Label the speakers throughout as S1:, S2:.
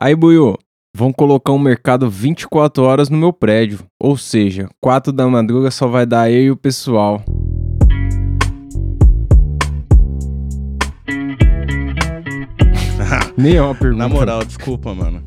S1: Aí, Buiu, vão colocar um mercado 24 horas no meu prédio. Ou seja, 4 da madruga só vai dar eu e o pessoal. Nem é uma pergunta.
S2: Na moral, desculpa, mano.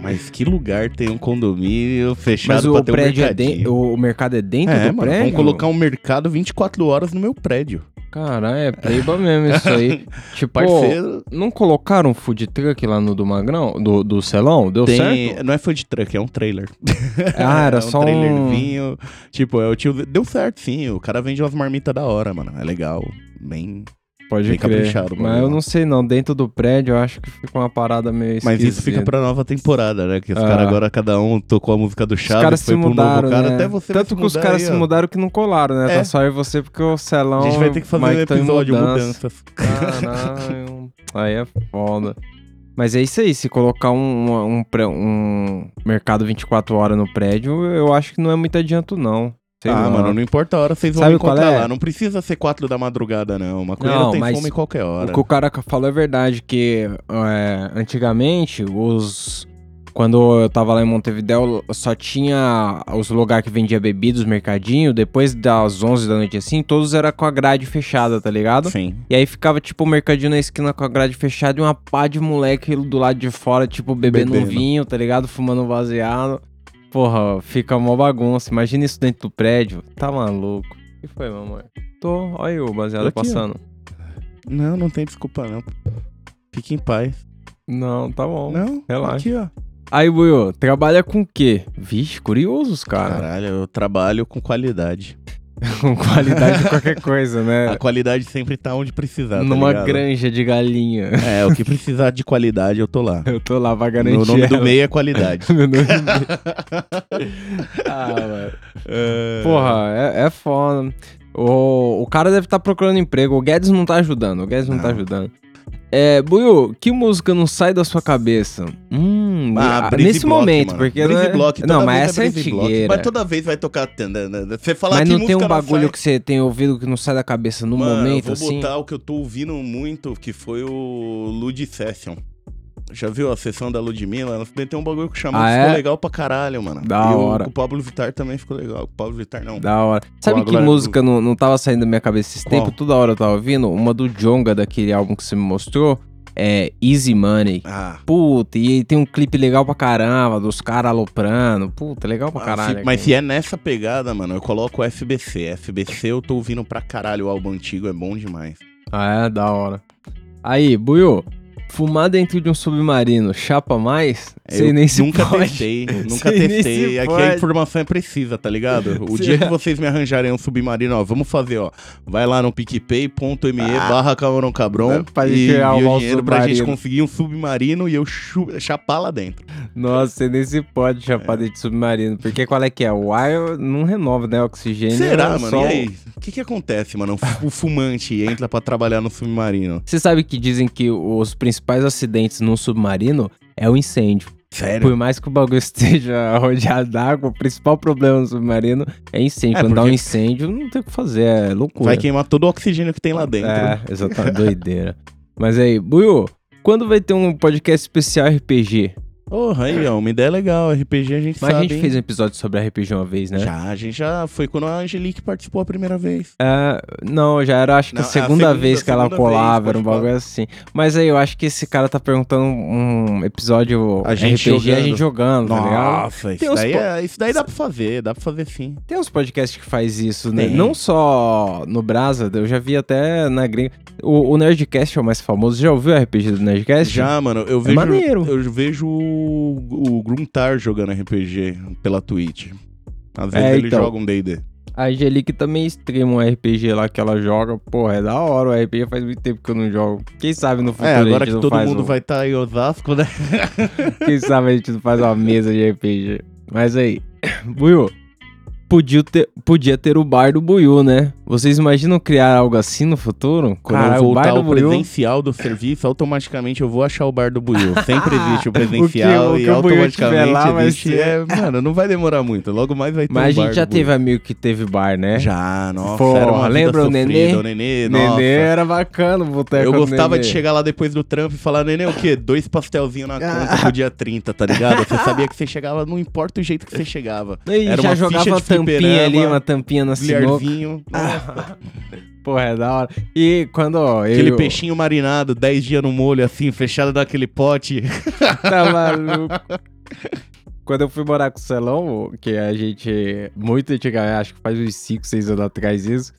S2: Mas que lugar tem um condomínio fechado
S1: Mas
S2: pra
S1: o
S2: ter
S1: prédio
S2: um
S1: é
S2: mercadinho?
S1: dentro. O mercado é dentro
S2: É,
S1: do
S2: mano,
S1: prédio?
S2: vamos colocar um mercado 24 horas no meu prédio.
S1: Caralho, é pleiba mesmo isso aí. tipo,
S2: Parceiro,
S1: não colocaram um food truck lá no do Magrão? Do, do Celão? Deu
S2: tem...
S1: certo?
S2: não é food truck, é um trailer.
S1: Ah, era
S2: é um
S1: só um...
S2: trailerzinho. Tipo, é o tio... Deu certo, sim. O cara vende umas marmitas da hora, mano. É legal. Bem...
S1: Pode
S2: bem
S1: crer.
S2: caprichado, mano.
S1: Mas eu não sei não, dentro do prédio eu acho que fica uma parada meio
S2: Mas isso fica
S1: esquisita.
S2: pra nova temporada, né? Que os
S1: Ah.
S2: caras agora, cada um tocou a música do
S1: Os caras
S2: Chaves,
S1: se
S2: foi pro
S1: mudaram,
S2: novo cara.
S1: né?
S2: Até você vai
S1: Tanto
S2: se
S1: que os
S2: mudar
S1: caras
S2: aí,
S1: se
S2: ó.
S1: mudaram que não colaram, né?
S2: É.
S1: Tá só eu e você porque o Celão...
S2: A gente vai ter que fazer um
S1: Mike tá em
S2: episódio de
S1: mudança. Ah.
S2: mudanças.
S1: Caralho. Aí é foda. Mas é isso aí, se colocar um, um, um pré- um mercado 24 horas no prédio, eu acho que não é muito adianto, não. Sei
S2: ah,
S1: lá.
S2: mano, não importa a hora, vocês vão
S1: Sabe
S2: me encontrar
S1: qual é?
S2: lá. Não precisa ser quatro da madrugada, não. Maconheiro
S1: Não,
S2: tem
S1: mas
S2: fome em qualquer hora.
S1: O que o cara falou é verdade, que é, antigamente, os. Quando eu tava lá em Montevidéu, só tinha os lugares que vendia bebidas, os mercadinhos. Depois das 11 da noite, assim, todos era com a grade fechada, tá ligado?
S2: Sim.
S1: E aí ficava, tipo, o mercadinho na esquina com a grade fechada e uma pá de moleque do lado de fora, tipo, bebendo, um
S2: Bebendo.
S1: vinho, tá ligado? Fumando um baseado. Porra, fica mó bagunça. Imagina isso dentro do prédio. Tá maluco. O que foi, meu amor? Tô, olha aí o baseado
S2: Aqui, ó.
S1: passando.
S2: Não, não tem desculpa, não. Fique em paz.
S1: Não, tá bom.
S2: Não,
S1: relaxa.
S2: aqui, ó.
S1: Aí, Buiu, trabalha com o quê? Vixe, curiosos, cara.
S2: Caralho, eu trabalho com qualidade.
S1: com qualidade de qualquer coisa, né?
S2: A qualidade sempre tá onde precisar, tá
S1: Numa
S2: ligado?
S1: granja de galinha.
S2: É, o que precisar de qualidade, eu tô lá.
S1: Eu tô lá pra garantir
S2: O nome do
S1: ela.
S2: meio é qualidade.
S1: Meu nome do meio. ah, mano.
S2: É.
S1: Porra, é, é foda. O, o cara deve estar procurando emprego. O Guedes não tá ajudando. O Guedes não, tá
S2: Não.
S1: ajudando. É, Buiu, que música não sai da sua cabeça? Hum,
S2: Ah,
S1: ah,
S2: Breeze
S1: nesse
S2: Block,
S1: momento,
S2: mano.
S1: porque.
S2: Breeze
S1: não, é-
S2: Block, toda
S1: não
S2: vez
S1: mas essa é
S2: Breeze Block.
S1: antigueira.
S2: Mas toda vez vai tocar... né? Você falar
S1: Mas
S2: que
S1: não tem um
S2: música
S1: bagulho
S2: sai.
S1: que você tem ouvido que não sai da cabeça no
S2: Mano,
S1: momento,
S2: eu vou
S1: assim?
S2: botar o que eu tô ouvindo muito, que foi o Lud Session. Já viu a sessão da Ludmilla? Ela também tem um bagulho que chamou
S1: Ah,
S2: que
S1: é?
S2: ficou legal pra caralho, mano.
S1: Da
S2: e o-
S1: hora.
S2: O, Pablo Vittar também ficou legal. O Pablo Vittar não.
S1: Da hora. Sabe
S2: a
S1: que
S2: Glória
S1: música não, não tava saindo da minha cabeça esse
S2: Qual?
S1: tempo? Toda hora eu tava ouvindo. Uma do Jonga, daquele álbum que você me mostrou. É Easy Money.
S2: Ah,
S1: Puta, e tem um clipe legal pra caramba, dos caras aloprando. Puta, legal pra
S2: ah,
S1: caralho.
S2: se- mas
S1: cara.
S2: se é nessa pegada, mano, eu coloco o FBC. FBC eu tô ouvindo pra caralho o álbum antigo, é bom demais.
S1: Ah, é, da hora. Aí, Buiu, fumar dentro de um submarino, chapa mais? Sei
S2: É, eu
S1: nem se
S2: nunca
S1: pode.
S2: testei, nunca
S1: Sei nem se
S2: testei. Aqui
S1: pode.
S2: a informação é precisa, tá ligado? O
S1: Sei
S2: dia que
S1: lá.
S2: vocês me arranjarem um submarino, ó, vamos fazer, ó. Vai lá no picpay.me
S1: Ah.
S2: barra Camarão Cabron
S1: Dá pra
S2: e
S1: gente
S2: envia
S1: arrumar um
S2: o dinheiro pra gente
S1: submarino.
S2: conseguir um submarino e eu chu- chapar lá dentro.
S1: Nossa, sei nem se pode chapar
S2: É.
S1: dentro de submarino. Porque qual é que é? O ar não renova, né? O oxigênio.
S2: Será,
S1: é
S2: mano?
S1: só
S2: E
S1: o-
S2: aí? O que que acontece, mano? Um O fumante entra pra trabalhar no submarino.
S1: Você sabe que dizem que os principais acidentes num submarino é o incêndio.
S2: Sério?
S1: Por mais que o bagulho esteja rodeado d'água, o principal problema do submarino é incêndio.
S2: É,
S1: Quando dá um
S2: porque-
S1: incêndio, não tem o que fazer, é loucura.
S2: Vai queimar todo o oxigênio que tem lá dentro.
S1: É, exatamente, doideira. Mas aí, Buiu, quando vai ter um podcast especial RPG?
S2: Porra, aí, ó, uma ideia legal. RPG a gente
S1: Mas a
S2: sabe,
S1: gente
S2: hein?
S1: fez um episódio sobre RPG uma vez, né?
S2: Já, a gente já... Foi quando a Angelique participou a primeira vez.
S1: É, não, já era acho que
S2: Não,
S1: a
S2: é a
S1: segunda
S2: segunda-
S1: vez que ela
S2: segunda vez,
S1: colava, era um
S2: pode falar.
S1: bagulho assim. Mas aí, eu acho que esse cara tá perguntando um episódio
S2: A gente
S1: RPG, a
S2: jogando.
S1: gente jogando, tá ligado?
S2: Nossa,
S1: Tem
S2: isso
S1: uns
S2: daí,
S1: po-
S2: é- isso daí dá pra fazer, dá pra fazer sim.
S1: Tem uns podcasts que faz isso, né?
S2: Tem.
S1: Não só no Brasa, eu já vi até na gringa. O, o Nerdcast é o mais famoso. Já ouviu o RPG do Nerdcast?
S2: Já, mano, eu vejo.
S1: É maneiro.
S2: Eu vejo o, o Gruntar jogando RPG pela Twitch. Às vezes
S1: É,
S2: ele
S1: então.
S2: joga um DD.
S1: A Angelique também streama um RPG lá que ela joga. Porra, é da hora. O RPG faz muito tempo que eu não jogo. Quem sabe no futuro
S2: É,
S1: a
S2: agora
S1: gente
S2: que
S1: não
S2: todo
S1: faz
S2: mundo
S1: um-
S2: vai estar em Osasco, né?
S1: Quem sabe a gente não faz uma mesa de RPG. Mas aí, Buiu, podia ter, podia ter o bar do Buiu, né? Vocês imaginam criar algo assim no futuro?
S2: Quando
S1: Cara,
S2: eu voltar
S1: Ah, é o bar do
S2: ao
S1: Buiu.
S2: presencial do serviço, automaticamente eu vou achar o bar do Buiu. Sempre existe o presencial
S1: Ah, o que
S2: e
S1: o Buiu tiver
S2: automaticamente
S1: lá vai
S2: existe.
S1: ser-
S2: É, mano, não vai demorar muito. Logo mais vai ter
S1: Mas a
S2: um bar
S1: gente já
S2: do Buiu.
S1: teve amigo que teve bar, né?
S2: Já, nossa,
S1: Porra,
S2: era uma vida
S1: lembra o
S2: sofrida,
S1: Nenê?
S2: O Nenê, nossa.
S1: Nenê era bacana o boteco
S2: Eu
S1: do
S2: gostava
S1: É, Nenê.
S2: de chegar lá depois do trampo e falar, Nenê, o quê? Dois pastelzinhos na conta pro dia 30, tá ligado? Você sabia que você chegava, não importa o jeito que você chegava.
S1: E
S2: Era
S1: já
S2: uma
S1: jogava
S2: ficha
S1: uma
S2: de
S1: tampinha
S2: fliperama,
S1: ali, uma tampinha na sinuca.
S2: Bilharzinho,
S1: Ah. Porra, é da hora. E quando ó, eu...
S2: aquele peixinho marinado, 10 dias no molho, assim, fechado naquele pote.
S1: Tá maluco. Quando eu fui morar com o Celão, que a gente, muito antigamente, acho que faz uns 5, 6 anos atrás isso,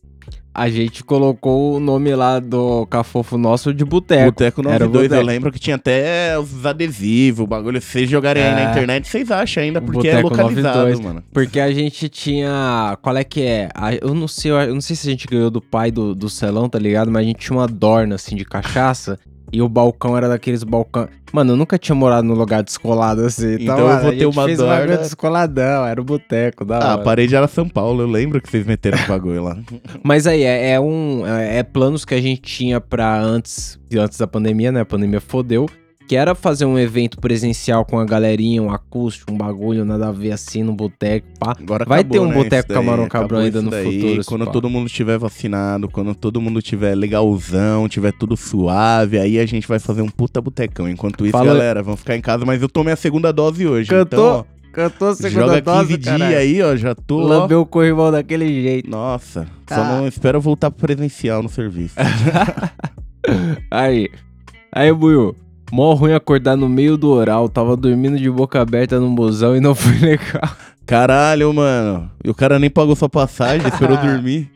S1: a gente colocou o nome lá do cafofo nosso de boteco.
S2: Boteco
S1: É, Era
S2: 92, eu
S1: boteco.
S2: lembro que tinha até os adesivos, o bagulho. Se vocês jogarem aí
S1: É.
S2: na internet, vocês acham ainda,
S1: O
S2: porque é
S1: Boteco
S2: localizado,
S1: 92.
S2: mano.
S1: Porque a gente tinha. Qual é que é? A- Eu não sei, eu não sei se a gente ganhou do pai do, do Celão, tá ligado? Mas a gente tinha uma dorna assim de cachaça. E o balcão era daqueles balcão. Mano, eu nunca tinha morado num lugar descolado assim.
S2: Então eu
S1: mano,
S2: vou
S1: a
S2: ter
S1: gente
S2: uma
S1: fez um bagulho
S2: dorna.
S1: descoladão, era o boteco, da
S2: Ah, a
S1: hora.
S2: parede era São Paulo, eu lembro que vocês meteram o bagulho lá.
S1: Mas aí, é, é um. É, é planos que a gente tinha pra antes, antes da pandemia, né? A pandemia fodeu. Que era fazer um evento presencial com a galerinha, um acústico, um bagulho, nada a ver assim, no boteco, pá.
S2: Agora
S1: Vai
S2: acabou,
S1: ter um
S2: né,
S1: boteco
S2: isso daí,
S1: Camarão
S2: acabou
S1: Cabrão ainda
S2: isso
S1: no
S2: daí.
S1: futuro, se
S2: Quando
S1: pá.
S2: todo mundo tiver vacinado, quando todo mundo tiver legalzão, tiver tudo suave, aí a gente vai fazer um puta botecão. Enquanto isso,
S1: Fala-
S2: galera, vão ficar em casa, mas eu tomei a segunda dose hoje.
S1: Cantou?
S2: Então, ó,
S1: Cantou a
S2: joga
S1: segunda
S2: 15
S1: dose,
S2: dias
S1: cara.
S2: aí, ó, já tô. ó.
S1: Lambeu o corrimão daquele jeito.
S2: Nossa, só
S1: Tá.
S2: não espero voltar pro presencial no serviço.
S1: Aí. Aí, Buiu. Mó ruim acordar no meio do oral. Tava dormindo de boca aberta no busão e não foi legal.
S2: Caralho, mano. E o cara nem pagou sua passagem, esperou dormir.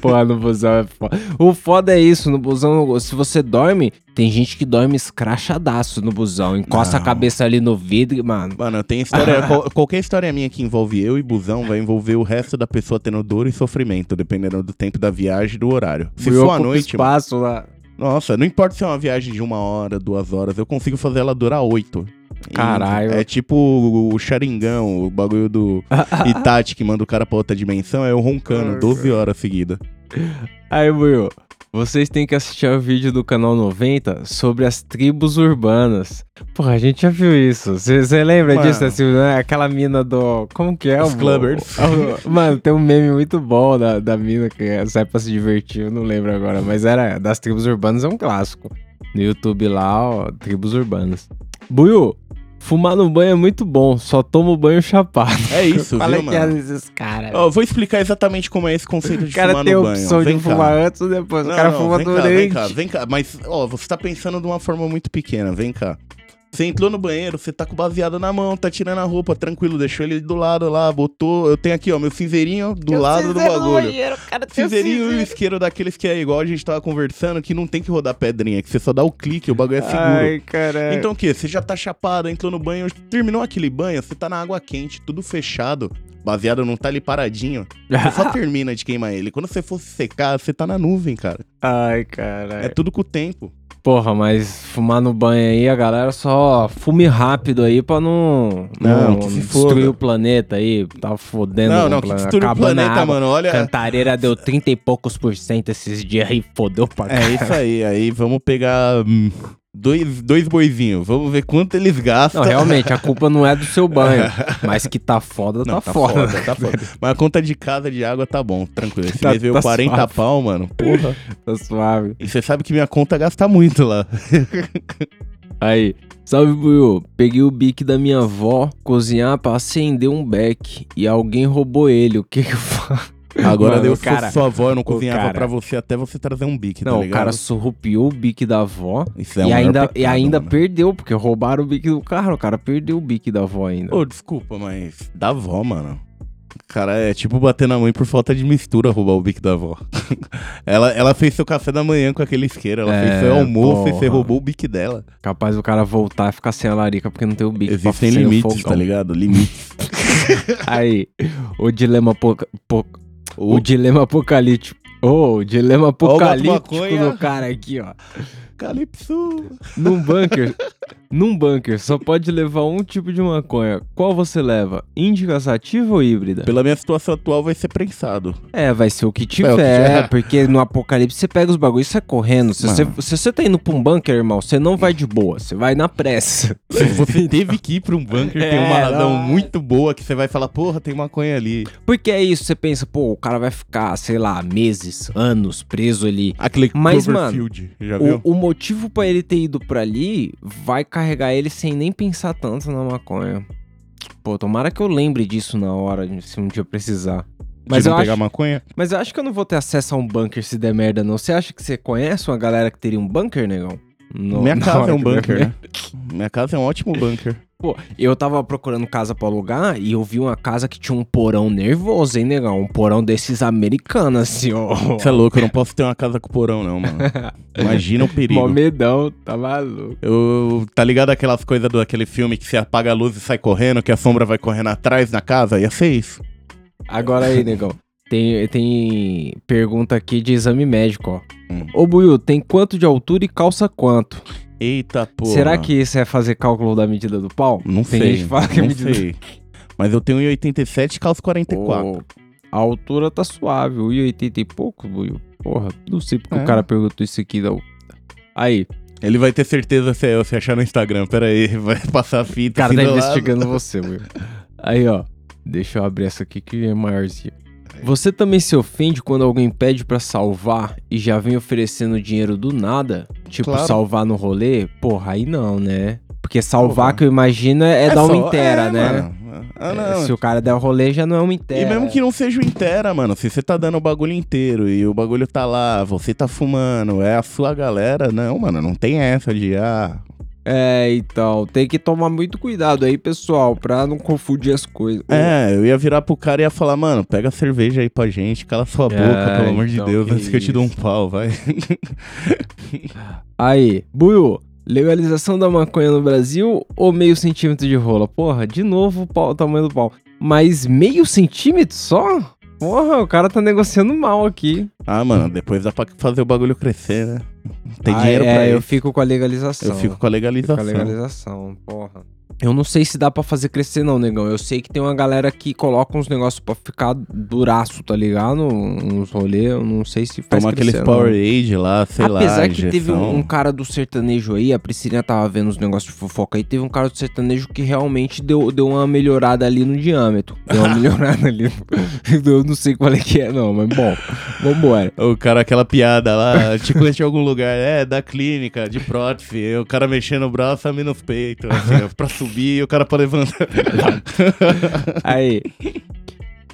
S1: Porra, no busão é foda. O foda é isso. No busão, se você dorme, tem gente que dorme escrachadaço no busão. Encosta a
S2: Não.
S1: cabeça ali no vidro, e, mano.
S2: Mano, tem história. qual- qualquer história minha que envolve eu e busão vai envolver o resto da pessoa tendo dor e sofrimento, dependendo do tempo da viagem e do horário. Se
S1: Buiu
S2: for à
S1: ocupa
S2: noite,
S1: Espaço lá.
S2: Nossa, não importa se é uma viagem de uma hora, duas horas, eu consigo fazer ela durar oito. E
S1: Caralho.
S2: É tipo o, o Sharingan, o bagulho do Itachi que manda o cara pra outra dimensão, é eu roncando 12 horas seguida.
S1: Aí, Will, vocês têm que assistir ao vídeo do canal 90 sobre as tribos urbanas. Porra, a gente já viu isso. Você lembra
S2: Mano.
S1: disso, assim, né? Aquela mina do. Como que é?
S2: Os
S1: o-
S2: clubbers.
S1: o- Mano, tem um meme muito bom da, da mina que é- sai pra se divertir, eu não lembro agora. Mas era das tribos urbanas, é um clássico. No YouTube lá, ó, tribos urbanas. Buiu, fumar no banho é muito bom, só tomo banho chapado.
S2: É isso,
S1: Fala
S2: viu,
S1: que é
S2: mano?
S1: desses caras.
S2: Ó, eu vou explicar exatamente como é esse conceito de
S1: o cara
S2: fumar
S1: tem a
S2: no banho.
S1: opção
S2: Vem
S1: de
S2: cá.
S1: fumar antes ou depois.
S2: Não,
S1: o cara
S2: não,
S1: fuma
S2: vem cá,
S1: durante.
S2: Vem cá, vem cá. Mas, ó, você tá pensando de uma forma muito pequena, vem cá. Você entrou no banheiro, você tá com o baseado na mão, tá tirando a roupa, tranquilo, deixou ele do lado lá, botou. Eu tenho aqui, ó, meu cinzeirinho do lado do bagulho. Cinzeirinho e o isqueiro daqueles que é igual a gente tava conversando, que não tem que rodar pedrinha, que você só dá o clique, o bagulho é seguro.
S1: Ai, caralho.
S2: Então o quê? Você já tá chapado, entrou no banho, terminou aquele banho, você tá na água quente, tudo fechado, baseado não tá ali paradinho. Você só termina de queimar ele. Quando você for se secar, você tá na nuvem, cara.
S1: Ai,
S2: É
S1: caralho.
S2: tudo com o tempo.
S1: Porra, mas fumar no banho aí, a galera só fume rápido aí pra não,
S2: Não,
S1: não,
S2: que se
S1: destruir
S2: foda.
S1: o planeta aí. Tá fodendo
S2: Não,
S1: com
S2: não,
S1: o
S2: que
S1: planeta,
S2: destruiu o
S1: acabando a
S2: planeta,
S1: água.
S2: mano. Olha.
S1: Cantareira deu 30 e poucos por cento esses dias aí, fodeu pra
S2: É
S1: caralho.
S2: isso aí. Aí vamos pegar hum, dois, dois boizinhos. Vamos ver quanto eles gastam.
S1: Não, realmente, a culpa não é do seu banho. Mas que tá foda,
S2: Não,
S1: tá, foda.
S2: tá foda. Mas a conta de casa de água tá bom, tranquilo. Esse
S1: Tá-
S2: mês veio
S1: tá
S2: 40
S1: suave.
S2: pau, mano. Porra.
S1: Tá suave.
S2: E você sabe que minha conta gasta muito lá.
S1: Aí, salve Buiu, peguei o bique da minha avó, cozinhar pra acender um beck e alguém roubou ele, o que que eu faço?
S2: Agora
S1: Mano,
S2: eu
S1: o cara-
S2: sou sua avó, eu não cozinhava
S1: cara-
S2: pra você até você trazer um bique,
S1: Não,
S2: tá
S1: o
S2: ligado?
S1: cara surrupiou o bique da avó
S2: Isso é o
S1: e,
S2: maior
S1: ainda, e
S2: pecado,
S1: ainda
S2: mano.
S1: perdeu, porque roubaram o bique do carro, o cara perdeu o bique da avó ainda.
S2: Ô, desculpa, mas da avó, mano. Cara, é tipo bater na mãe por falta de mistura roubar o bico da avó. ela, ela fez seu café da manhã com aquele isqueiro, ela
S1: É,
S2: fez seu almoço e você
S1: porra.
S2: roubou o bico dela.
S1: Capaz do cara voltar e ficar sem a larica porque não tem o bique pra
S2: Existem
S1: fazer o
S2: limites,
S1: fogão.
S2: tá ligado? Limites.
S1: Aí, o dilema po po-
S2: Ô,
S1: o dilema apocalíptico. Ô, o dilema
S2: Ó o gato
S1: apocalíptico
S2: maconha.
S1: do cara aqui, ó.
S2: Calypso.
S1: Num bunker. num bunker, só pode levar um tipo de maconha. Qual você leva? Índica sativa ou híbrida?
S2: Pela minha situação atual, vai ser prensado.
S1: É, vai ser o que tiver,
S2: É, o que tiver.
S1: porque no apocalipse você pega os bagulhos e sai correndo. Se
S2: Mano.
S1: você, se você tá indo pra um bunker, irmão, você não vai de boa, você vai na pressa.
S2: Se você teve que ir pra um bunker, tem uma
S1: É,
S2: razão
S1: não.
S2: muito boa que você vai falar, porra, tem maconha ali.
S1: Porque é isso, você pensa, pô, o cara vai ficar, sei lá, meses, anos preso ali.
S2: Aquele
S1: Mas,
S2: Cloverfield, já viu?
S1: O, o motivo pra ele ter ido pra ali vai carregar ele sem nem pensar tanto na maconha. Pô, tomara que eu lembre disso na hora, se um dia eu precisar. Mas
S2: de
S1: eu,
S2: não pegar
S1: acho,
S2: maconha.
S1: mas eu acho que eu não vou ter acesso a um bunker se der merda, não. Você acha que você conhece uma galera que teria um bunker, negão? No-
S2: Minha
S1: na
S2: casa
S1: hora
S2: é um
S1: que der
S2: bunker,
S1: merda.
S2: né? Minha casa é um ótimo bunker.
S1: Pô, eu tava procurando casa pra alugar e eu vi uma casa que tinha um porão nervoso, hein, negão? Um porão desses americanos, assim, ó.
S2: Você é louco, eu não posso ter uma casa com porão, não, mano. Imagina o
S1: Mó
S2: perigo.
S1: medão, tá maluco.
S2: Eu, tá ligado aquelas coisas do aquele filme que você apaga a luz e sai correndo, que a sombra vai correndo atrás na casa? Ia ser isso.
S1: Agora aí, negão. Tem, tem pergunta aqui de exame médico, ó.
S2: Hum.
S1: Ô, Buiu, tem quanto de altura e calça quanto?
S2: Eita porra.
S1: Será que isso é fazer cálculo da medida do pau?
S2: Não
S1: tem
S2: sei.
S1: gente que fala que é
S2: não
S1: medida-
S2: sei. Mas eu tenho 1,87 e calço 44.
S1: Ô, a altura tá suave, 1,80 e pouco, Buiu. Porra, não sei porque
S2: É.
S1: o cara perguntou isso aqui, não. Aí,
S2: Ele vai ter certeza se é eu se achar no Instagram. Pera aí, vai passar a
S1: O
S2: fita.
S1: cara
S2: assim
S1: tá
S2: do lado.
S1: investigando você, Will. Aí, ó. Deixa eu abrir essa aqui que é maiorzinha. Você também se ofende quando alguém pede pra salvar e já vem oferecendo dinheiro do nada? Tipo,
S2: Claro.
S1: salvar no rolê? Porra, aí não, né? Porque salvar
S2: Porra.
S1: que eu imagino é, dar
S2: só-
S1: uma inteira,
S2: é,
S1: né?
S2: mano. Ah, não.
S1: É, Se o cara der o rolê, já não é uma inteira.
S2: E mesmo que não seja o inteira, mano, se você tá dando o bagulho inteiro e o bagulho tá lá, você tá fumando, é a sua galera, não, mano, não tem essa de ah.
S1: É, então, tem que tomar muito cuidado aí, pessoal, pra não confundir as coisas.
S2: É, eu ia virar pro cara e ia falar, mano, pega a cerveja aí pra gente, cala sua boca, pelo amor de
S1: então,
S2: Deus,
S1: que
S2: antes que eu te dou um
S1: isso.
S2: pau, vai.
S1: Aí, Buiu, legalização da maconha no Brasil ou meio centímetro de rola? Porra, de novo o, pau- o tamanho do pau. Mas meio centímetro só? Porra, o cara tá negociando mal aqui.
S2: Ah, mano, depois dá pra fazer o bagulho crescer, né? Tem
S1: Ah,
S2: dinheiro
S1: é,
S2: pra
S1: eu
S2: isso.
S1: fico com a legalização.
S2: Eu fico com a
S1: com a
S2: legalização.
S1: legalização, porra. Eu não sei se dá pra fazer crescer não, negão. Eu sei que tem uma galera que coloca uns negócios pra ficar duraço, tá ligado? Uns rolê, eu não sei se faz
S2: Tomar aqueles
S1: crescer, né? não.
S2: Powerade lá, sei lá.
S1: Apesar que teve
S2: injeção.
S1: um, um cara do sertanejo aí, a Priscilinha tava vendo os negócios de fofoca aí, teve um cara do sertanejo que realmente deu, deu uma melhorada ali no diâmetro. Deu uma melhorada ali. no- Eu não sei qual é que é, não, mas bom, vambora.
S2: O cara, aquela piada lá, te conheci em algum lugar, é, da clínica, de prótese, e o cara mexendo o braço, a mina no peito, assim, ó, pra subir, e o cara pra levantar.
S1: Aí.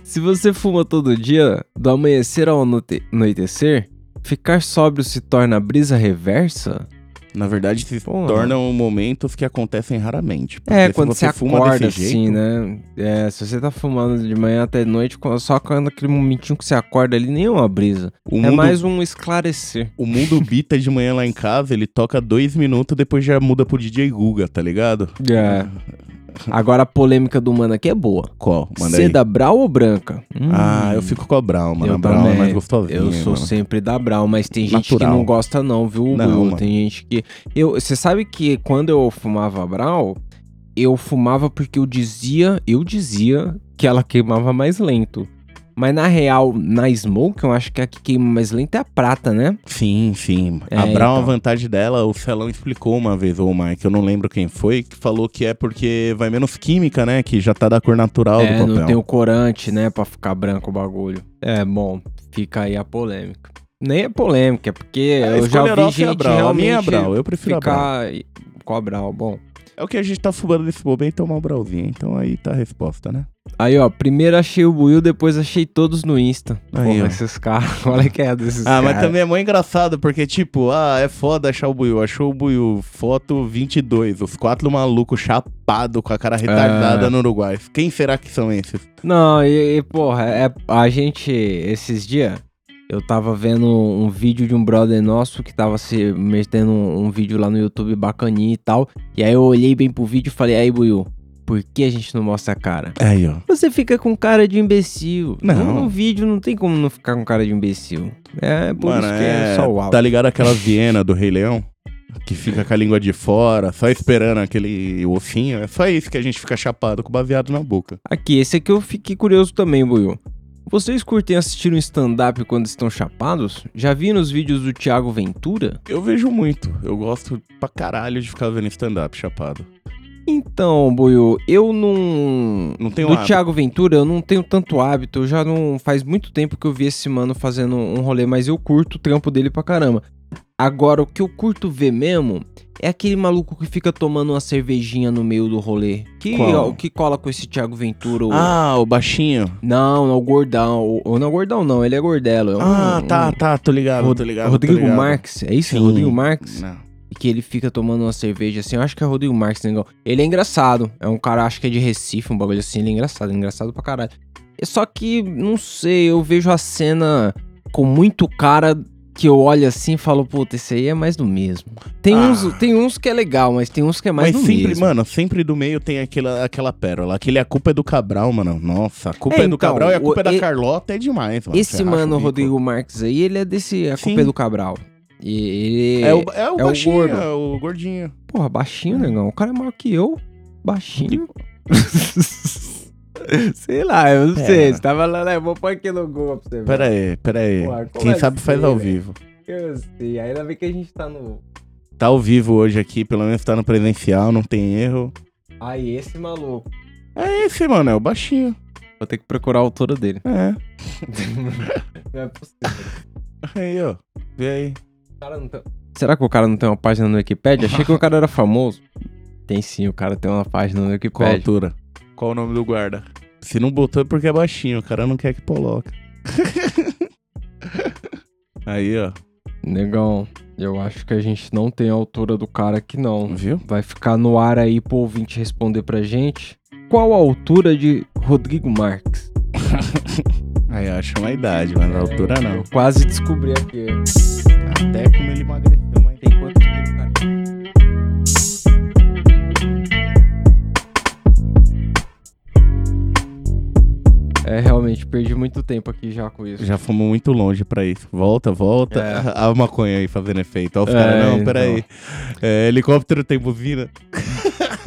S1: Se você fuma todo dia, do amanhecer ao anote- anoitecer, ficar sóbrio se torna brisa reversa?
S2: Na verdade, se
S1: Porra.
S2: tornam momentos que acontecem raramente. porque
S1: É,
S2: se
S1: quando você,
S2: fuma
S1: acorda
S2: desse jeito,
S1: assim, né? É, se você tá fumando de manhã até noite, só quando aquele momentinho que você acorda ali, nem é uma brisa.
S2: O
S1: É
S2: mundo,
S1: mais um esclarecer.
S2: o mundo bita de manhã lá em casa, ele toca dois minutos, depois já muda pro DJ Guga, tá ligado?
S1: É. Agora a polêmica do mano aqui é boa.
S2: Qual? Manda aí.
S1: Seda Brau ou branca? Hum,
S2: Ah, eu fico com a Brown, mano.
S1: eu
S2: a Brown é
S1: também.
S2: mais gostosinha,
S1: Eu sou
S2: mano.
S1: sempre da Brau, mas tem gente
S2: Natural.
S1: que não gosta não, viu?
S2: Não,
S1: Will?
S2: mano.
S1: tem gente que eu, você sabe que quando eu fumava Brau, eu fumava porque eu dizia, eu dizia que ela queimava mais lento. Mas na real, na Smoke, eu acho que a que queima mais lento é a prata, né?
S2: Sim, sim.
S1: É,
S2: a Brown, a
S1: então.
S2: vantagem dela, o Celão explicou uma vez, ou o Mike, eu não lembro quem foi, que falou que é porque vai menos química, né? Que já tá da cor natural
S1: É,
S2: do
S1: não tem
S2: papel.
S1: o corante, né, pra ficar branco o bagulho. É, bom, fica aí a polêmica. Nem é polêmica, é porque
S2: É,
S1: eu já
S2: escolher
S1: vi
S2: off é a
S1: gente
S2: Brown. A
S1: realmente
S2: minha é a Brown, eu prefiro a Brown.
S1: ficar com a Brau. Bom,
S2: É o que a gente tá fumando nesse momento, é uma Brownzinha. Então aí tá a resposta, né?
S1: aí ó, primeiro achei o Buiu, depois achei todos no Insta.
S2: Aí,
S1: Porra,
S2: ó.
S1: esses caras, olha que é desses
S2: Ah, mas
S1: caras.
S2: também é muito engraçado, porque tipo, ah, é foda achar o Buiu. Achou o Buiu, foto 22, os quatro malucos chapado com a cara retardada
S1: Ah.
S2: no Uruguai. Quem será que são esses?
S1: Não, e, e, porra, é, a gente, esses dias, eu tava vendo um vídeo de um brother nosso que tava se metendo um, um vídeo lá no YouTube bacaninha e tal. E aí eu olhei bem pro vídeo e falei, aí, Buiu, por que a gente não mostra a cara?
S2: Aí, ó.
S1: Você fica com cara de imbecil.
S2: Não.
S1: No, vídeo não tem como não ficar com cara de imbecil. É por
S2: Mano,
S1: isso que é,
S2: é...
S1: só o áudio.
S2: Tá ligado aquela Viena do Rei Leão? que fica com a língua de fora, só esperando aquele ossinho. É só isso que a gente fica chapado com baseado na boca.
S1: Aqui, esse aqui eu fiquei curioso também, Buiu. Vocês curtem assistir um stand-up quando estão chapados? Já vi nos vídeos do Thiago Ventura?
S2: Eu vejo muito. Eu gosto pra caralho de ficar vendo stand-up chapado.
S1: Então, Buiu, eu não.
S2: Não tem
S1: do
S2: um hábito.
S1: Thiago Ventura, eu não tenho tanto hábito. Eu já não. Faz muito tempo que eu vi esse mano fazendo um rolê, mas eu curto o trampo dele pra caramba. Agora, o que eu curto ver mesmo é aquele maluco que fica tomando uma cervejinha no meio do rolê. Que,
S2: Qual?
S1: o que cola com esse Thiago Ventura? o-
S2: Ah, o baixinho.
S1: Não, não, o gordão. O- o- Não é gordão, não. Ele é gordelo. É um-
S2: Ah,
S1: um-
S2: tá, tá, tô ligado,
S1: Rod-
S2: tô ligado.
S1: Rodrigo
S2: tô ligado.
S1: Marques, é isso? É
S2: Sim.
S1: Rodrigo Marques?
S2: Não.
S1: Que ele fica tomando uma cerveja assim. Eu acho que é Rodrigo Marques, negão. Ele é engraçado. É um cara, acho que é de Recife, um bagulho assim. Ele é engraçado, ele é engraçado pra caralho. É Só que, não sei, eu vejo a cena com muito cara que eu olho assim e falo, puta, esse aí é mais do mesmo. Tem,
S2: Ah.
S1: uns, tem uns que é legal, mas tem uns que é mais
S2: Mas
S1: do
S2: sempre,
S1: mesmo.
S2: mano, sempre do meio tem aquela, aquela pérola. Aquele A Culpa é do Cabral, mano. Nossa, a culpa é,
S1: É,
S2: do
S1: então,
S2: Cabral e a
S1: o-
S2: culpa é da
S1: e-
S2: Carlota é demais, mano. Você
S1: Esse
S2: racha o
S1: mano,
S2: bico.
S1: Rodrigo Marques aí, ele é desse. A culpa
S2: Sim.
S1: é do Cabral. E ele.
S2: É o, é o
S1: é o
S2: baixinho,
S1: gordo.
S2: é o gordinho.
S1: Porra, baixinho, negão. O cara é maior que eu. Baixinho. sei lá, eu não
S2: Pera.
S1: sei. Você tava lá, né? Vou pôr aqui no Google pra você ver.
S2: Pera aí, pera aí.
S1: Ué, como
S2: Quem
S1: assim,
S2: sabe faz ao
S1: velho?
S2: vivo.
S1: Eu sei. Ainda bem que a gente tá no.
S2: Tá ao vivo hoje aqui, pelo menos tá no presencial, não tem erro.
S1: Aí, esse maluco.
S2: É esse, mano, é o baixinho.
S1: Vou ter que procurar a altura dele.
S2: É.
S1: não é possível.
S2: Aí, ó. Vê aí.
S1: O cara não tem... Será que o cara não tem uma página no Wikipedia? Achei que o cara era famoso. Tem sim, o cara tem uma página no
S2: Qual a
S1: Wikipedia.
S2: altura? Qual o nome do guarda? Se não botou é porque é baixinho, o cara não quer que coloque. aí, ó.
S1: Negão, eu acho que a gente não tem a altura do cara aqui, não.
S2: Viu?
S1: Vai ficar no ar aí pro ouvinte responder pra gente. Qual a altura de Rodrigo Marques?
S2: Aí acha uma idade, mas a altura não.
S1: Ah, Eu quase descobri aqui.
S2: Até como ele emagreceu, mas
S1: Tem quanto tempo, cara? É, realmente, perdi muito tempo aqui já com isso.
S2: Já fomos muito longe pra isso. Volta, volta.
S1: É.
S2: A a maconha aí fazendo efeito. Ó, os
S1: É,
S2: caras, não,
S1: então.
S2: peraí. É, helicóptero tem buzina.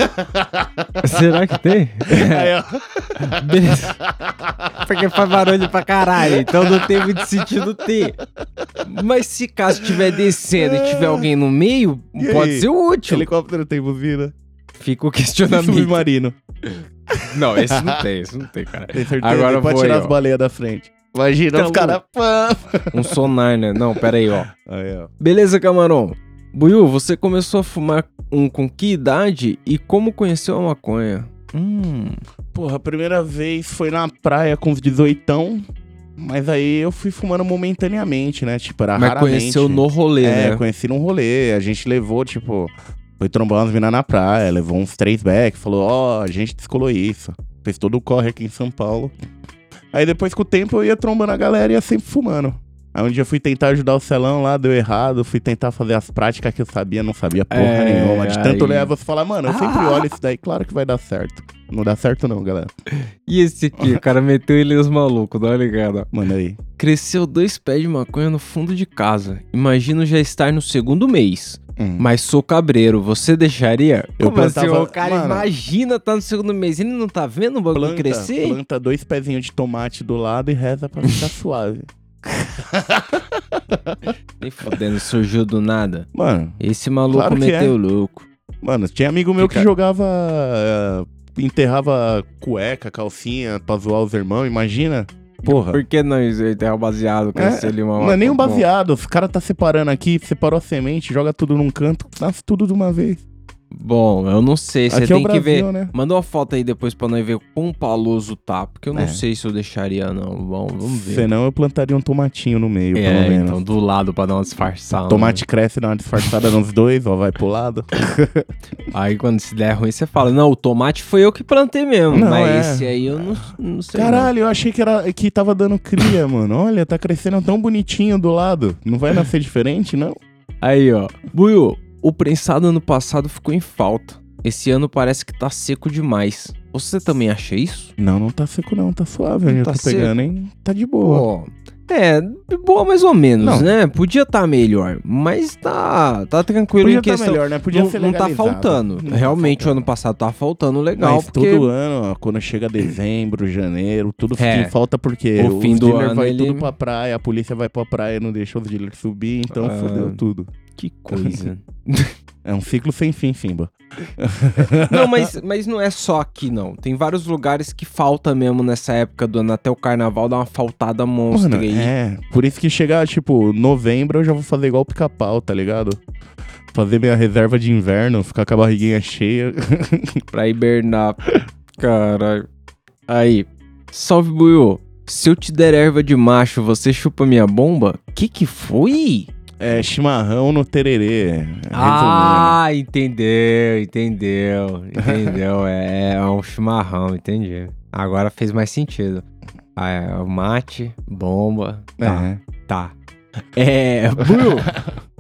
S1: Será que tem?
S2: Aí, ó.
S1: Beleza. Porque faz barulho pra caralho, então não tem muito sentido ter. Mas se caso tiver descendo e tiver alguém no meio,
S2: E
S1: pode
S2: aí?
S1: ser útil.
S2: Helicóptero tem buzina.
S1: Fica o
S2: E
S1: questionamento.
S2: submarino.
S1: Não, esse não tem, esse não tem, cara.
S2: Tem certeza?
S1: Agora
S2: pode
S1: foi,
S2: tirar
S1: ó.
S2: as baleias da frente. Tá Imagina
S1: Então,
S2: os caras.
S1: Um sonar, né? Não, pera aí, ó.
S2: Aí, ó.
S1: Beleza, camarão. Buiu, você começou a fumar um com que idade e como conheceu a maconha? Hum,
S2: Porra, a primeira vez foi na praia com os 18. Mas aí eu fui fumando momentaneamente, né? Tipo, era
S1: mas
S2: raramente.
S1: conheceu no rolê,
S2: É,
S1: né?
S2: conheci num rolê. A gente levou, tipo, foi trombar umas minas na praia, levou uns três back, falou, ó, a gente descolou isso. Fez todo o corre aqui em São Paulo. Aí depois, com o tempo, eu ia trombando a galera e ia sempre fumando. Aí um dia eu fui tentar ajudar o celão lá, deu errado. Fui tentar fazer as práticas que eu sabia, não sabia porra
S1: É,
S2: nenhuma. De tanto
S1: aí-
S2: olhar, você fala, mano, eu sempre
S1: Ah.
S2: olho isso daí, claro que vai dar certo. Não dá certo não, galera.
S1: E esse aqui, o cara meteu ele nos malucos, dá uma ligada.
S2: Manda aí.
S1: Cresceu dois pés de maconha no fundo de casa. Imagino já estar no segundo mês.
S2: Hum.
S1: Mas sou cabreiro, você deixaria?
S2: Eu plantava-
S1: o assim, cara
S2: Mano.
S1: imagina tá no segundo mês. Ele não tá vendo o bagulho
S2: planta,
S1: crescer?
S2: planta dois pezinhos de tomate do lado e reza pra ficar suave.
S1: Nem fudendo, surgiu do nada.
S2: Mano,
S1: Esse maluco
S2: Claro que
S1: meteu louco.
S2: Mano, tinha amigo meu que,
S1: Fica-
S2: jogava. eh, enterrava cueca, calcinha pra zoar os irmãos, imagina. Porra.
S1: Por que não enterrar o um baseado, crescer ali uma
S2: Não é nem um
S1: bom.
S2: baseado, os caras tá separando aqui, separou a semente, joga tudo num canto, nasce tudo de uma vez.
S1: Bom, eu não sei, você
S2: aqui
S1: tem
S2: é o Brasil,
S1: que ver.
S2: né?
S1: Manda uma foto aí depois pra nós ver quão paloso tá, porque eu não
S2: É.
S1: sei se eu deixaria não. Bom, vamos ver.
S2: Senão eu plantaria um tomatinho no meio, pelo
S1: É,
S2: menos.
S1: então, do lado pra dar uma disfarçada.
S2: Tomate cresce, dá uma disfarçada nos dois, ó, vai pro lado.
S1: Aí quando se der ruim, você fala, não, o tomate foi eu que plantei mesmo.
S2: Não,
S1: mas
S2: é.
S1: esse aí eu não, não sei. não.
S2: Caralho, eu achei que, era, que tava dando cria, mano. Olha, tá crescendo tão bonitinho do lado. Não vai nascer diferente, não?
S1: Aí, ó. Buiu, o prensado ano passado ficou em falta. Esse ano parece que tá seco demais. Você também acha isso?
S2: Não, não tá seco não, tá suave.
S1: Não
S2: onde eu
S1: tá
S2: tô pegando, hein? Tá de boa.
S1: Pô, É, boa mais ou menos,
S2: Não.
S1: né? Podia estar melhor, mas tá, tá tranquilo
S2: Podia
S1: em
S2: tá
S1: questão.
S2: melhor, né? Podia
S1: não,
S2: ser
S1: não tá
S2: legalizado.
S1: faltando.
S2: Não tá
S1: Realmente,
S2: faltando.
S1: o ano passado tá faltando legal,
S2: Mas
S1: porque
S2: todo ano, ó, quando chega dezembro, janeiro, tudo fica
S1: É.
S2: em falta porque
S1: O fim
S2: os
S1: do
S2: dealers
S1: ano,
S2: vai
S1: ele-
S2: tudo pra praia, a polícia vai pra praia e não deixa os dealers subir, então
S1: Ah.
S2: fodeu tudo.
S1: que coisa.
S2: É um ciclo sem fim, Simba.
S1: não, mas, mas não é só aqui, não. Tem vários lugares que falta mesmo nessa época do ano. Até o carnaval dá uma faltada monstra
S2: Mano,
S1: aí.
S2: é. Por isso que chegar, tipo, novembro eu já vou fazer igual o pica-pau, tá ligado? Fazer minha reserva de inverno, ficar com a barriguinha cheia.
S1: Pra hibernar. Caralho. Aí. Salve, Buiu. Se eu te der erva de macho, você chupa minha bomba? Que que foi?
S2: É, chimarrão no tererê. é, Resumindo.
S1: Ah, entendeu, entendeu, entendeu. é, é um chimarrão, entendi. Agora fez mais sentido. Ah, é, o mate, bomba. Tá,
S2: É.
S1: tá. É, Buiu,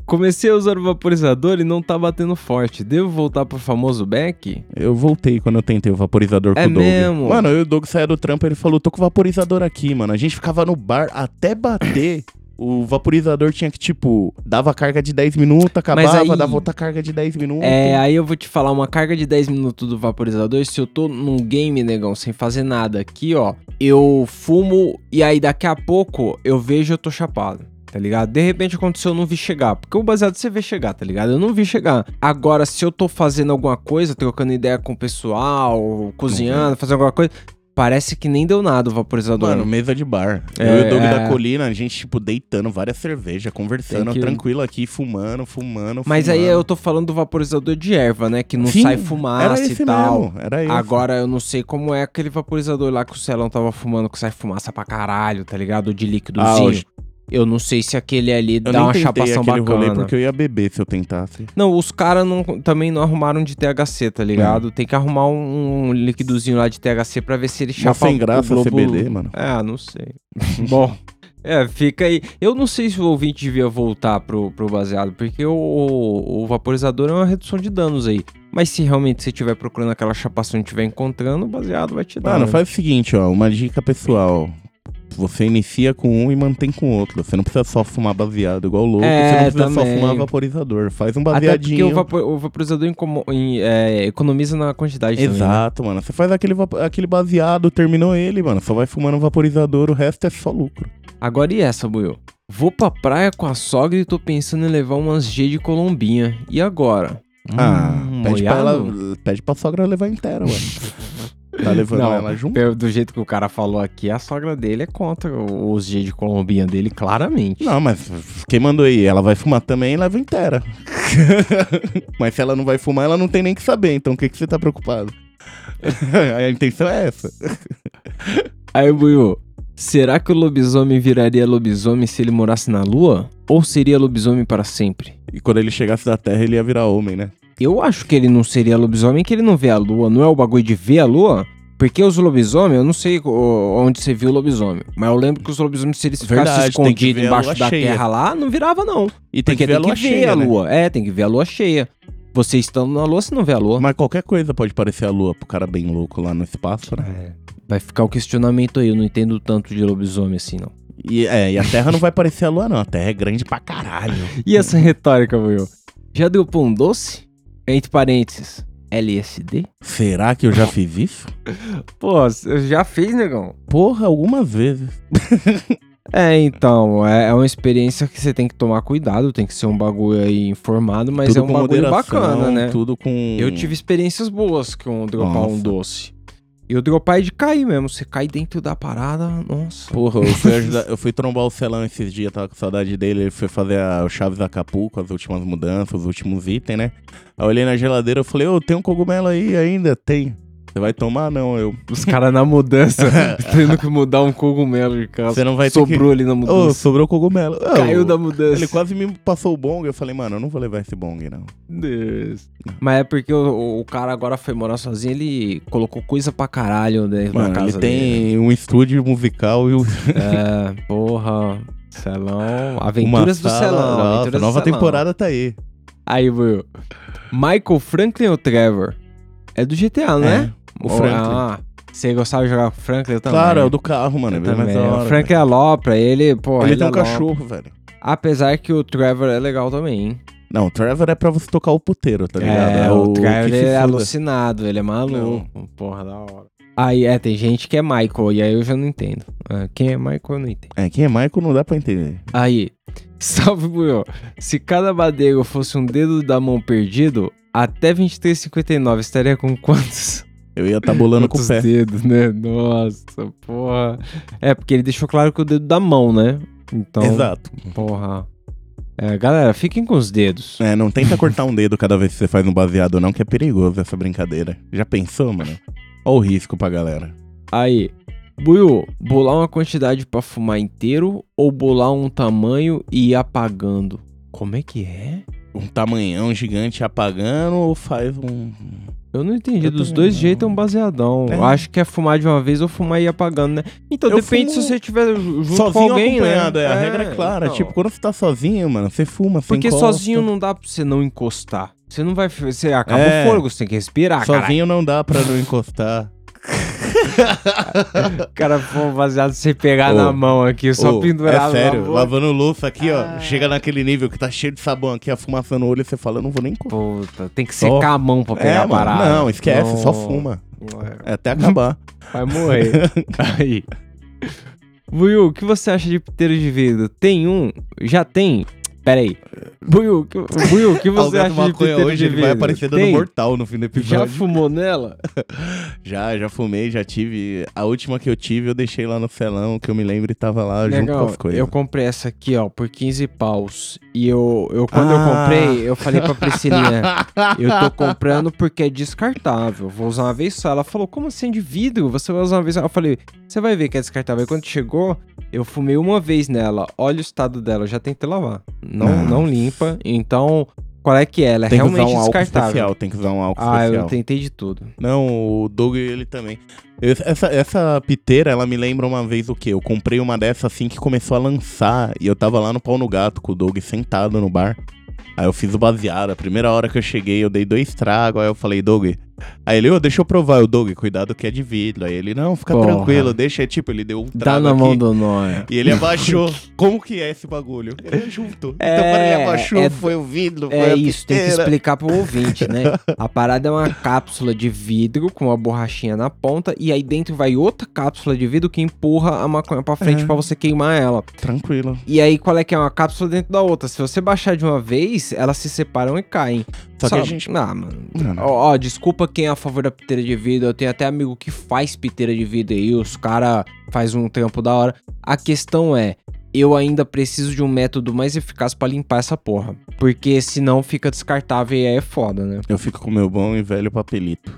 S1: comecei a usar o vaporizador e não tá batendo forte. Devo voltar pro famoso back?
S2: Eu voltei quando eu tentei o vaporizador
S1: É
S2: com o Doug.
S1: mesmo?
S2: Mano, eu e o Doug saía do trampo ele falou: tô com o vaporizador aqui, mano. A gente ficava no bar até bater. O vaporizador tinha que, tipo, dava carga de 10 minutos, acabava,
S1: aí-
S2: dava outra carga de 10 minutos.
S1: É, aí eu vou te falar uma carga de 10 minutos do vaporizador. Se eu tô num game, negão, sem fazer nada aqui, ó, eu fumo e aí daqui a pouco eu vejo eu tô chapado. Tá ligado? De repente aconteceu, eu não vi chegar. Porque o baseado você vê chegar, tá ligado? Eu não vi chegar. Agora, se eu tô fazendo alguma coisa, trocando ideia com o pessoal, cozinhando, fazendo alguma coisa, parece que nem deu nada o vaporizador.
S2: Uhum. Mano, mesa de bar.
S1: É,
S2: eu e o Doug
S1: é.
S2: da Colina, a gente, tipo, deitando várias cervejas, conversando
S1: Tem que-
S2: tranquilo aqui, fumando, fumando.
S1: Mas aí
S2: fumando.
S1: eu tô falando do vaporizador de erva, né? Que não
S2: Sim,
S1: sai
S2: Era
S1: fumaça
S2: esse
S1: e tal.
S2: mesmo, era esse.
S1: Agora eu não sei como é aquele vaporizador lá que o Celão tava fumando, que sai fumaça pra caralho, tá ligado? De
S2: Ah,
S1: líquidozinho.
S2: hoje-
S1: eu não sei se aquele ali
S2: Eu
S1: dá uma
S2: nem tentei
S1: chapação
S2: aquele rolê
S1: bacana.
S2: porque eu ia beber se eu tentasse.
S1: Não, os caras também não arrumaram de THC, tá
S2: Hum.
S1: ligado? Tem que arrumar um, um líquidozinho lá de THC pra ver se ele
S2: Mas
S1: chapa
S2: sem
S1: o
S2: graça
S1: globo-
S2: CBD, mano.
S1: Ah, não sei. Bom. É, fica aí. Eu não sei se o ouvinte devia voltar pro, pro baseado, porque o, o vaporizador é uma redução de danos aí. Mas se realmente você estiver procurando aquela chapação e estiver encontrando, o baseado vai te dar.
S2: Mano,
S1: né?
S2: Ah, faz o seguinte, ó. Uma dica pessoal. Você inicia com um e mantém com o outro. Você não precisa só fumar baseado igual louco.
S1: É,
S2: você não precisa só
S1: também.
S2: fumar vaporizador. Faz um
S1: Até porque
S2: baseadinho.
S1: o, vapo- o vaporizador incomo- em- é, economiza na quantidade também. né?
S2: Exato, mano. Você faz aquele, vapo- aquele baseado, terminou ele, mano. Só vai fumando vaporizador, o resto é só lucro.
S1: Agora e essa, Buiu? Vou pra praia com a sogra e tô pensando em levar umas G de Colombinha. E agora?
S2: ah,
S1: Hum,
S2: pede pra, ela,
S1: molhado?
S2: pede pra sogra levar inteira, ué. tá levando
S1: Não,
S2: ela junto?
S1: Pelo- Do jeito que o cara falou aqui, a sogra dele é contra o- os G de Colombinha dele, claramente.
S2: Não, mas quem mandou aí? Ela vai fumar também e leva inteira. mas se ela não vai fumar, ela não tem nem que saber. Então o que, que você tá preocupado? a intenção é essa.
S1: Aí, Buiu, será que o lobisomem viraria lobisomem se ele morasse na lua? Ou seria lobisomem para sempre?
S2: E quando ele chegasse da Terra, ele ia virar homem, né?
S1: Eu acho que ele não seria lobisomem, que ele não vê a lua. Não é o bagulho de ver a lua? Porque os lobisomens, eu não sei o- onde você viu o lobisomem. Mas eu lembro que os lobisomens, se eles ficassem
S2: Verdade, tem que
S1: escondidos
S2: ver a
S1: embaixo
S2: lua
S1: da
S2: cheia.
S1: terra lá, não virava, não.
S2: E
S1: Porque tem que ver a
S2: né?
S1: lua. É, tem que ver a lua cheia. Você estando na lua, você não vê a lua.
S2: Mas qualquer coisa pode parecer a lua pro cara bem louco lá no espaço, né?
S1: É, vai ficar o questionamento aí. Eu não entendo tanto de lobisomem assim, não.
S2: E, é, e a Terra não vai parecer a lua, não. A Terra é grande pra caralho.
S1: E essa retórica, Will? Já deu pão doce? Entre parênteses, LSD?
S2: Será que eu já fiz isso?
S1: Pô, eu já fiz, negão.
S2: Porra, algumas vezes.
S1: É, então, é, é uma experiência que você tem que tomar cuidado, tem que ser um bagulho aí informado, mas é um
S2: com
S1: bagulho
S2: moderação,
S1: bacana, né?
S2: Tudo com.
S1: Eu tive experiências boas com dropar um
S2: Nossa.
S1: doce. E o dropar é de cair mesmo, você cai dentro da parada, nossa.
S2: Porra, eu fui, ajudar- eu fui trombar o Celão esses dias, tava com saudade dele. Ele foi fazer a, o Chaves Acapulco, as últimas mudanças, os últimos itens, né? Aí eu olhei na geladeira eu falei, ô, tem um cogumelo aí ainda? Tem. Você vai tomar? Não, eu.
S1: Os caras na mudança, tendo que mudar um cogumelo de casa.
S2: Você não vai ter
S1: Sobrou ali na
S2: Ô,
S1: mudança.
S2: sobrou cogumelo. Ô,
S1: Caiu da mudança.
S2: Ele quase me passou o bong, eu falei, mano, eu não vou levar esse bong, não.
S1: Deus. Mas é porque o, o cara agora foi morar sozinho, ele colocou coisa pra caralho né, na
S2: Mano,
S1: casa
S2: ele tem
S1: dele. né?
S2: um estúdio musical e o-
S1: É, porra. Celão. Aventuras do
S2: uma sala-
S1: Celão.
S2: Nossa,
S1: Aventuras do
S2: nova
S1: Celão.
S2: temporada tá aí.
S1: Aí, Will. Michael Franklin ou Trevor? É do GTA, não é?
S2: o Franklin.
S1: Ah, Você gostava de jogar com o Franklin? Eu também.
S2: Claro, é o do carro, mano. É
S1: Eu
S2: bem mais
S1: também.
S2: da hora.
S1: o Franklin Alopra, ele, pô.
S2: velho. Ele tem um
S1: alopra.
S2: cachorro, velho.
S1: Apesar que o Trevor é legal também, hein?
S2: Não, o Trevor é pra você tocar o puteiro, tá ligado?
S1: É, o, Trevor
S2: que
S1: ele
S2: se
S1: é
S2: foda.
S1: alucinado, ele é maluco. Porra, da hora. Aí é, tem gente que é Michael, e aí eu já não entendo. Ah, Quem é Michael, eu não entendo.
S2: É, quem é Michael não dá pra entender.
S1: Aí, salve, Buiô. Se cada badeiro fosse um dedo da mão perdido, até 23,59 estaria com quantos,
S2: Eu ia tá bolando com o
S1: quantos
S2: pé.
S1: dedos, né? Nossa, porra. É, porque ele deixou claro que o dedo da mão, né? Então,
S2: Exato.
S1: porra. É, galera, fiquem com os dedos.
S2: É, não tenta cortar um dedo cada vez que você faz um baseado, não, que é perigoso essa brincadeira. Já pensou, mano? Olha o risco pra galera.
S1: Aí, Buiu, bolar uma quantidade pra fumar inteiro ou bolar um tamanho e ir apagando? Como é que é?
S2: Um tamanhão gigante apagando ou faz um.
S1: Eu não entendi.
S2: Eu
S1: Dos
S2: também
S1: dois
S2: não.
S1: jeitos é um baseadão.
S2: É.
S1: Eu acho que é fumar de uma vez ou fumar e ir apagando, né? Então
S2: Eu
S1: depende
S2: fumo
S1: se você estiver junto com
S2: sozinho ou
S1: alguém, né?
S2: acompanhado, é. A regra é clara.
S1: então.
S2: Tipo, quando você tá sozinho, mano, você fuma, você
S1: porque
S2: encosta.
S1: sozinho não dá pra você não encostar. Você não vai. Você acaba
S2: É.
S1: o fôlego, você tem que respirar, cara.
S2: Sozinho não dá pra não encostar.
S1: O cara for baseado você pegar
S2: Ô,
S1: na mão aqui, só
S2: Ô,
S1: pendurar
S2: É
S1: na
S2: sério,
S1: boca.
S2: lavando louça aqui, ó. Chega naquele nível que tá cheio de sabão aqui, a fumaça no olho, e você fala, eu não vou nem encostar.
S1: Puta, tem que
S2: Só-
S1: secar a mão pra pegar
S2: É,
S1: a
S2: mano,
S1: parada.
S2: não, esquece, só
S1: Não.
S2: fuma.
S1: É.
S2: É até acabar.
S1: Vai morrer. Aí. Buiu, o que você acha de piteiro de vidro? Tem um? Já tem? Pera aí. Buiu, o que- Buiu, o que você
S2: Alguém
S1: acha
S2: tomar
S1: de
S2: maconha
S1: piteiro de
S2: hoje,
S1: vidro?
S2: ele vai aparecer dando
S1: Tem?
S2: mortal no fim do
S1: Já
S2: episódio.
S1: fumou nela?
S2: Já, já fumei, já tive. A última que eu tive, eu deixei lá no felão, que eu me lembro, e tava lá Tá junto com
S1: Legal,
S2: as coisas.
S1: eu comprei essa aqui, ó, por 15 paus. E eu, eu quando
S2: Ah.
S1: eu comprei, eu falei pra Priscilinha, eu tô comprando porque é descartável, vou usar uma vez só. Ela falou, como assim de vidro? Você vai usar uma vez só? Eu falei, você vai ver que é descartável. E quando chegou, eu fumei uma vez nela, olha o estado dela, eu já tentei lavar. Não,
S2: Nossa.
S1: não limpa, então qual é que é? Ela é
S2: Tem que usar
S1: realmente
S2: um álcool
S1: descartável.
S2: especial, tem que usar um álcool
S1: Ah,
S2: especial.
S1: eu tentei de tudo.
S2: Não, o Doug, ele também. Eu- essa, essa piteira, ela me lembra uma vez o quê? Eu comprei uma dessa assim que começou a lançar. E eu tava lá no pau no gato com o Doug sentado no bar. Aí eu fiz o baseado. A primeira hora que eu cheguei, eu dei dois tragos. Aí eu falei, Doug. Aí ele, ô, deixa eu provar. Eu, Doug, cuidado que é de vidro. Aí ele, não, fica
S1: Porra.
S2: tranquilo, deixa. É tipo, ele deu um trago
S1: Dá Tá na
S2: aqui.
S1: mão do Noia.
S2: E ele abaixou. Como que é esse bagulho? Ele junto.
S1: É,
S2: então, quando ele abaixou,
S1: é-
S2: foi o vidro, foi
S1: É
S2: a
S1: isso, tem que
S2: piteira.
S1: explicar pro ouvinte, né? A parada é uma cápsula de vidro com uma borrachinha na ponta e aí dentro vai outra cápsula de vidro que empurra a maconha pra frente
S2: É.
S1: pra você queimar ela.
S2: Tranquilo.
S1: E aí qual é que é uma cápsula dentro da outra? Se você baixar de uma vez, elas se separam e caem.
S2: Só que a
S1: Sabe?
S2: gente...
S1: Ah, mano.
S2: Mano,
S1: Ó, ó, desculpa quem é a favor da piteira de vidro. Eu tenho até amigo que faz piteira de vidro aí, os cara faz um trampo da hora. A questão é, eu ainda preciso de um método mais eficaz pra limpar essa porra, porque senão fica descartável e aí é foda, né?
S2: Eu fico com meu bom e velho papelito.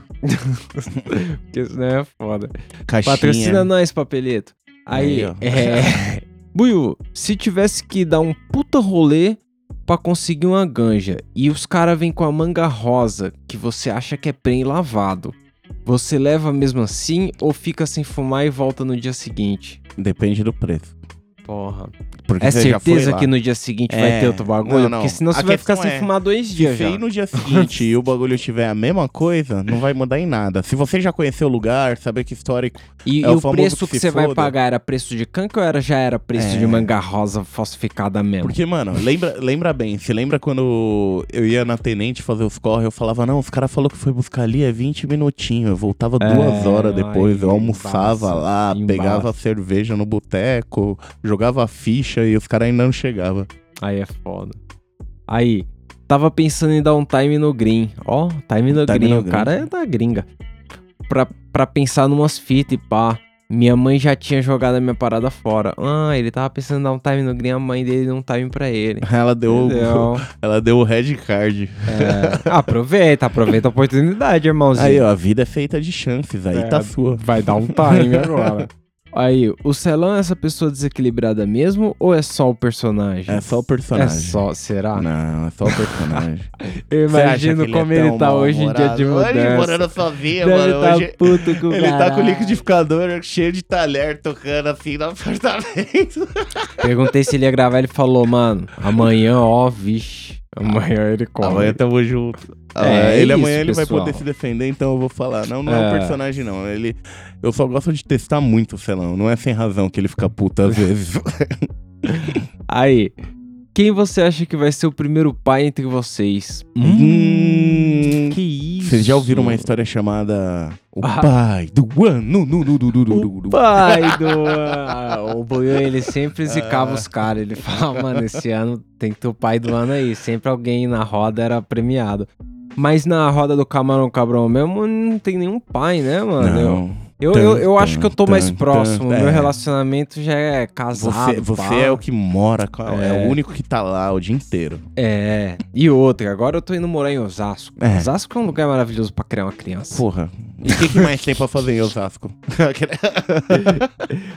S1: Porque senão é foda.
S2: Caixinha.
S1: Patrocina nós, papelito. Aí,
S2: Aí, ó.
S1: é... Buiu, se tivesse que dar um puta rolê pra conseguir uma ganja e os caras vêm com a manga rosa que você acha que é prem lavado, você leva mesmo assim ou fica sem fumar e volta no dia seguinte?
S2: Depende do preço.
S1: Porra.
S2: Porque
S1: É
S2: você já foi
S1: certeza
S2: lá.
S1: que no dia seguinte
S2: É,
S1: vai ter outro bagulho?
S2: não, não.
S1: Porque senão
S2: A
S1: você vai ficar
S2: questão
S1: sem
S2: é,
S1: fumar dois
S2: Se
S1: dias
S2: você
S1: já.
S2: ir no dia seguinte e o bagulho tiver a mesma coisa, não vai mudar em nada. Se você já conheceu o lugar, saber que histórico.
S1: E,
S2: É
S1: e
S2: o
S1: o
S2: famoso
S1: preço
S2: que
S1: que,
S2: se
S1: você vai
S2: foda.
S1: pagar era preço de canca ou era, já era preço
S2: É.
S1: de manga rosa falsificada mesmo?
S2: Porque, mano, lembra, lembra bem. Você lembra quando eu ia na Tenente fazer os corre, eu falava, não, os caras falaram que foi buscar ali é 20 minutinhos. Eu voltava
S1: É,
S2: duas horas
S1: aí
S2: depois, eu almoçava
S1: embaça,
S2: lá,
S1: embaça.
S2: pegava cerveja no boteco, jogava ficha e os caras ainda não chegavam.
S1: Aí é foda. Aí, tava pensando em dar um time no green. Ó, time no
S2: Time
S1: green.
S2: no
S1: o
S2: green.
S1: cara é da gringa. Pra, pra pensar numas fitas e pá. Minha mãe já tinha jogado a minha parada fora. Ah, ele tava pensando em dar um time no green, a mãe dele deu um time pra ele.
S2: Ela deu,
S1: Entendeu?
S2: ela deu o red card.
S1: É, aproveita, aproveita a oportunidade, irmãozinho.
S2: Aí, ó, a vida é feita de chances, aí
S1: É,
S2: tá sua.
S1: Vai dar um time agora. Aí, o Celão é essa pessoa desequilibrada mesmo ou é só o personagem?
S2: É só o personagem.
S1: É só, será?
S2: Não, é só o personagem.
S1: Eu
S2: Você acha que
S1: imagino como
S2: é
S1: ele,
S2: tão
S1: tá hoje em dia de
S2: mal-humorado?
S1: mudança.
S2: Hoje, morando sozinho,
S1: Deve
S2: mano.
S1: tá
S2: Hoje
S1: puto com o
S2: ele tá com o
S1: caralho.
S2: liquidificador cheio de talher tocando assim no apartamento.
S1: Perguntei se ele ia gravar, ele falou, mano, amanhã, ó, vixe. Amanhã ele corre.
S2: tamo junto. Ah,
S1: É, é
S2: ele
S1: isso,
S2: amanhã ele vai
S1: pessoal.
S2: poder se defender, então eu vou falar. Não, não é, um
S1: É.
S2: personagem, não. Ele, eu só gosto de testar muito o Celão. Não é sem razão que ele fica puto às vezes.
S1: Aí, quem você acha que vai ser o primeiro pai entre vocês?
S2: Hum,
S1: que isso?
S2: Vocês já ouviram uma história chamada O
S1: Ah.
S2: Pai do One? Nu, nu, nu, nu, nu, nu, nu, nu.
S1: Pai do... Ah, o Boiô, ele sempre zicava os caras. Ele fala, mano, esse ano tem que ter o pai do ano aí. Sempre alguém na roda era premiado. Mas na roda do Camarão Cabrão mesmo, não tem nenhum pai, né, mano? Eu-
S2: Não.
S1: Eu,
S2: Tan,
S1: eu, eu acho que eu tô
S2: tan,
S1: mais
S2: tan,
S1: próximo.
S2: tan.
S1: Meu
S2: É.
S1: relacionamento já é casado.
S2: Você, você
S1: pá.
S2: é o que mora, com a- é.
S1: É.
S2: o único que tá lá o dia inteiro.
S1: É. E outra, agora eu tô indo morar em Osasco.
S2: É.
S1: Osasco é um lugar maravilhoso pra criar uma criança.
S2: Porra. E o que, que mais tem pra fazer em Osasco?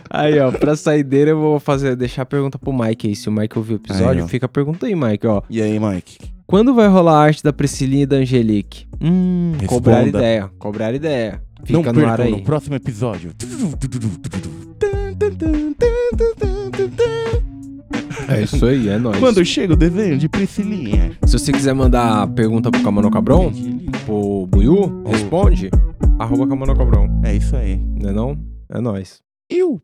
S1: Aí, ó, pra saideira eu vou fazer, deixar a pergunta pro Mike aí. Se o Mike ouviu o episódio,
S2: Aí, ó.
S1: fica a pergunta aí, Mike, ó.
S2: e aí, Mike?
S1: Quando vai rolar a arte da Priscilinha e da Angelique? Hum,
S2: Responda.
S1: cobrar ideia. Cobrar ideia.
S2: não
S1: Fica no ar
S2: percam
S1: aí.
S2: no próximo episódio.
S1: É isso aí, é nóis.
S2: Quando chega o desenho de Priscilinha.
S1: Se você quiser mandar pergunta pro Camano Cabron, pro Buiu, responde. Arroba Camano Cabron.
S2: É isso aí.
S1: Não é não? É nóis.
S2: Eu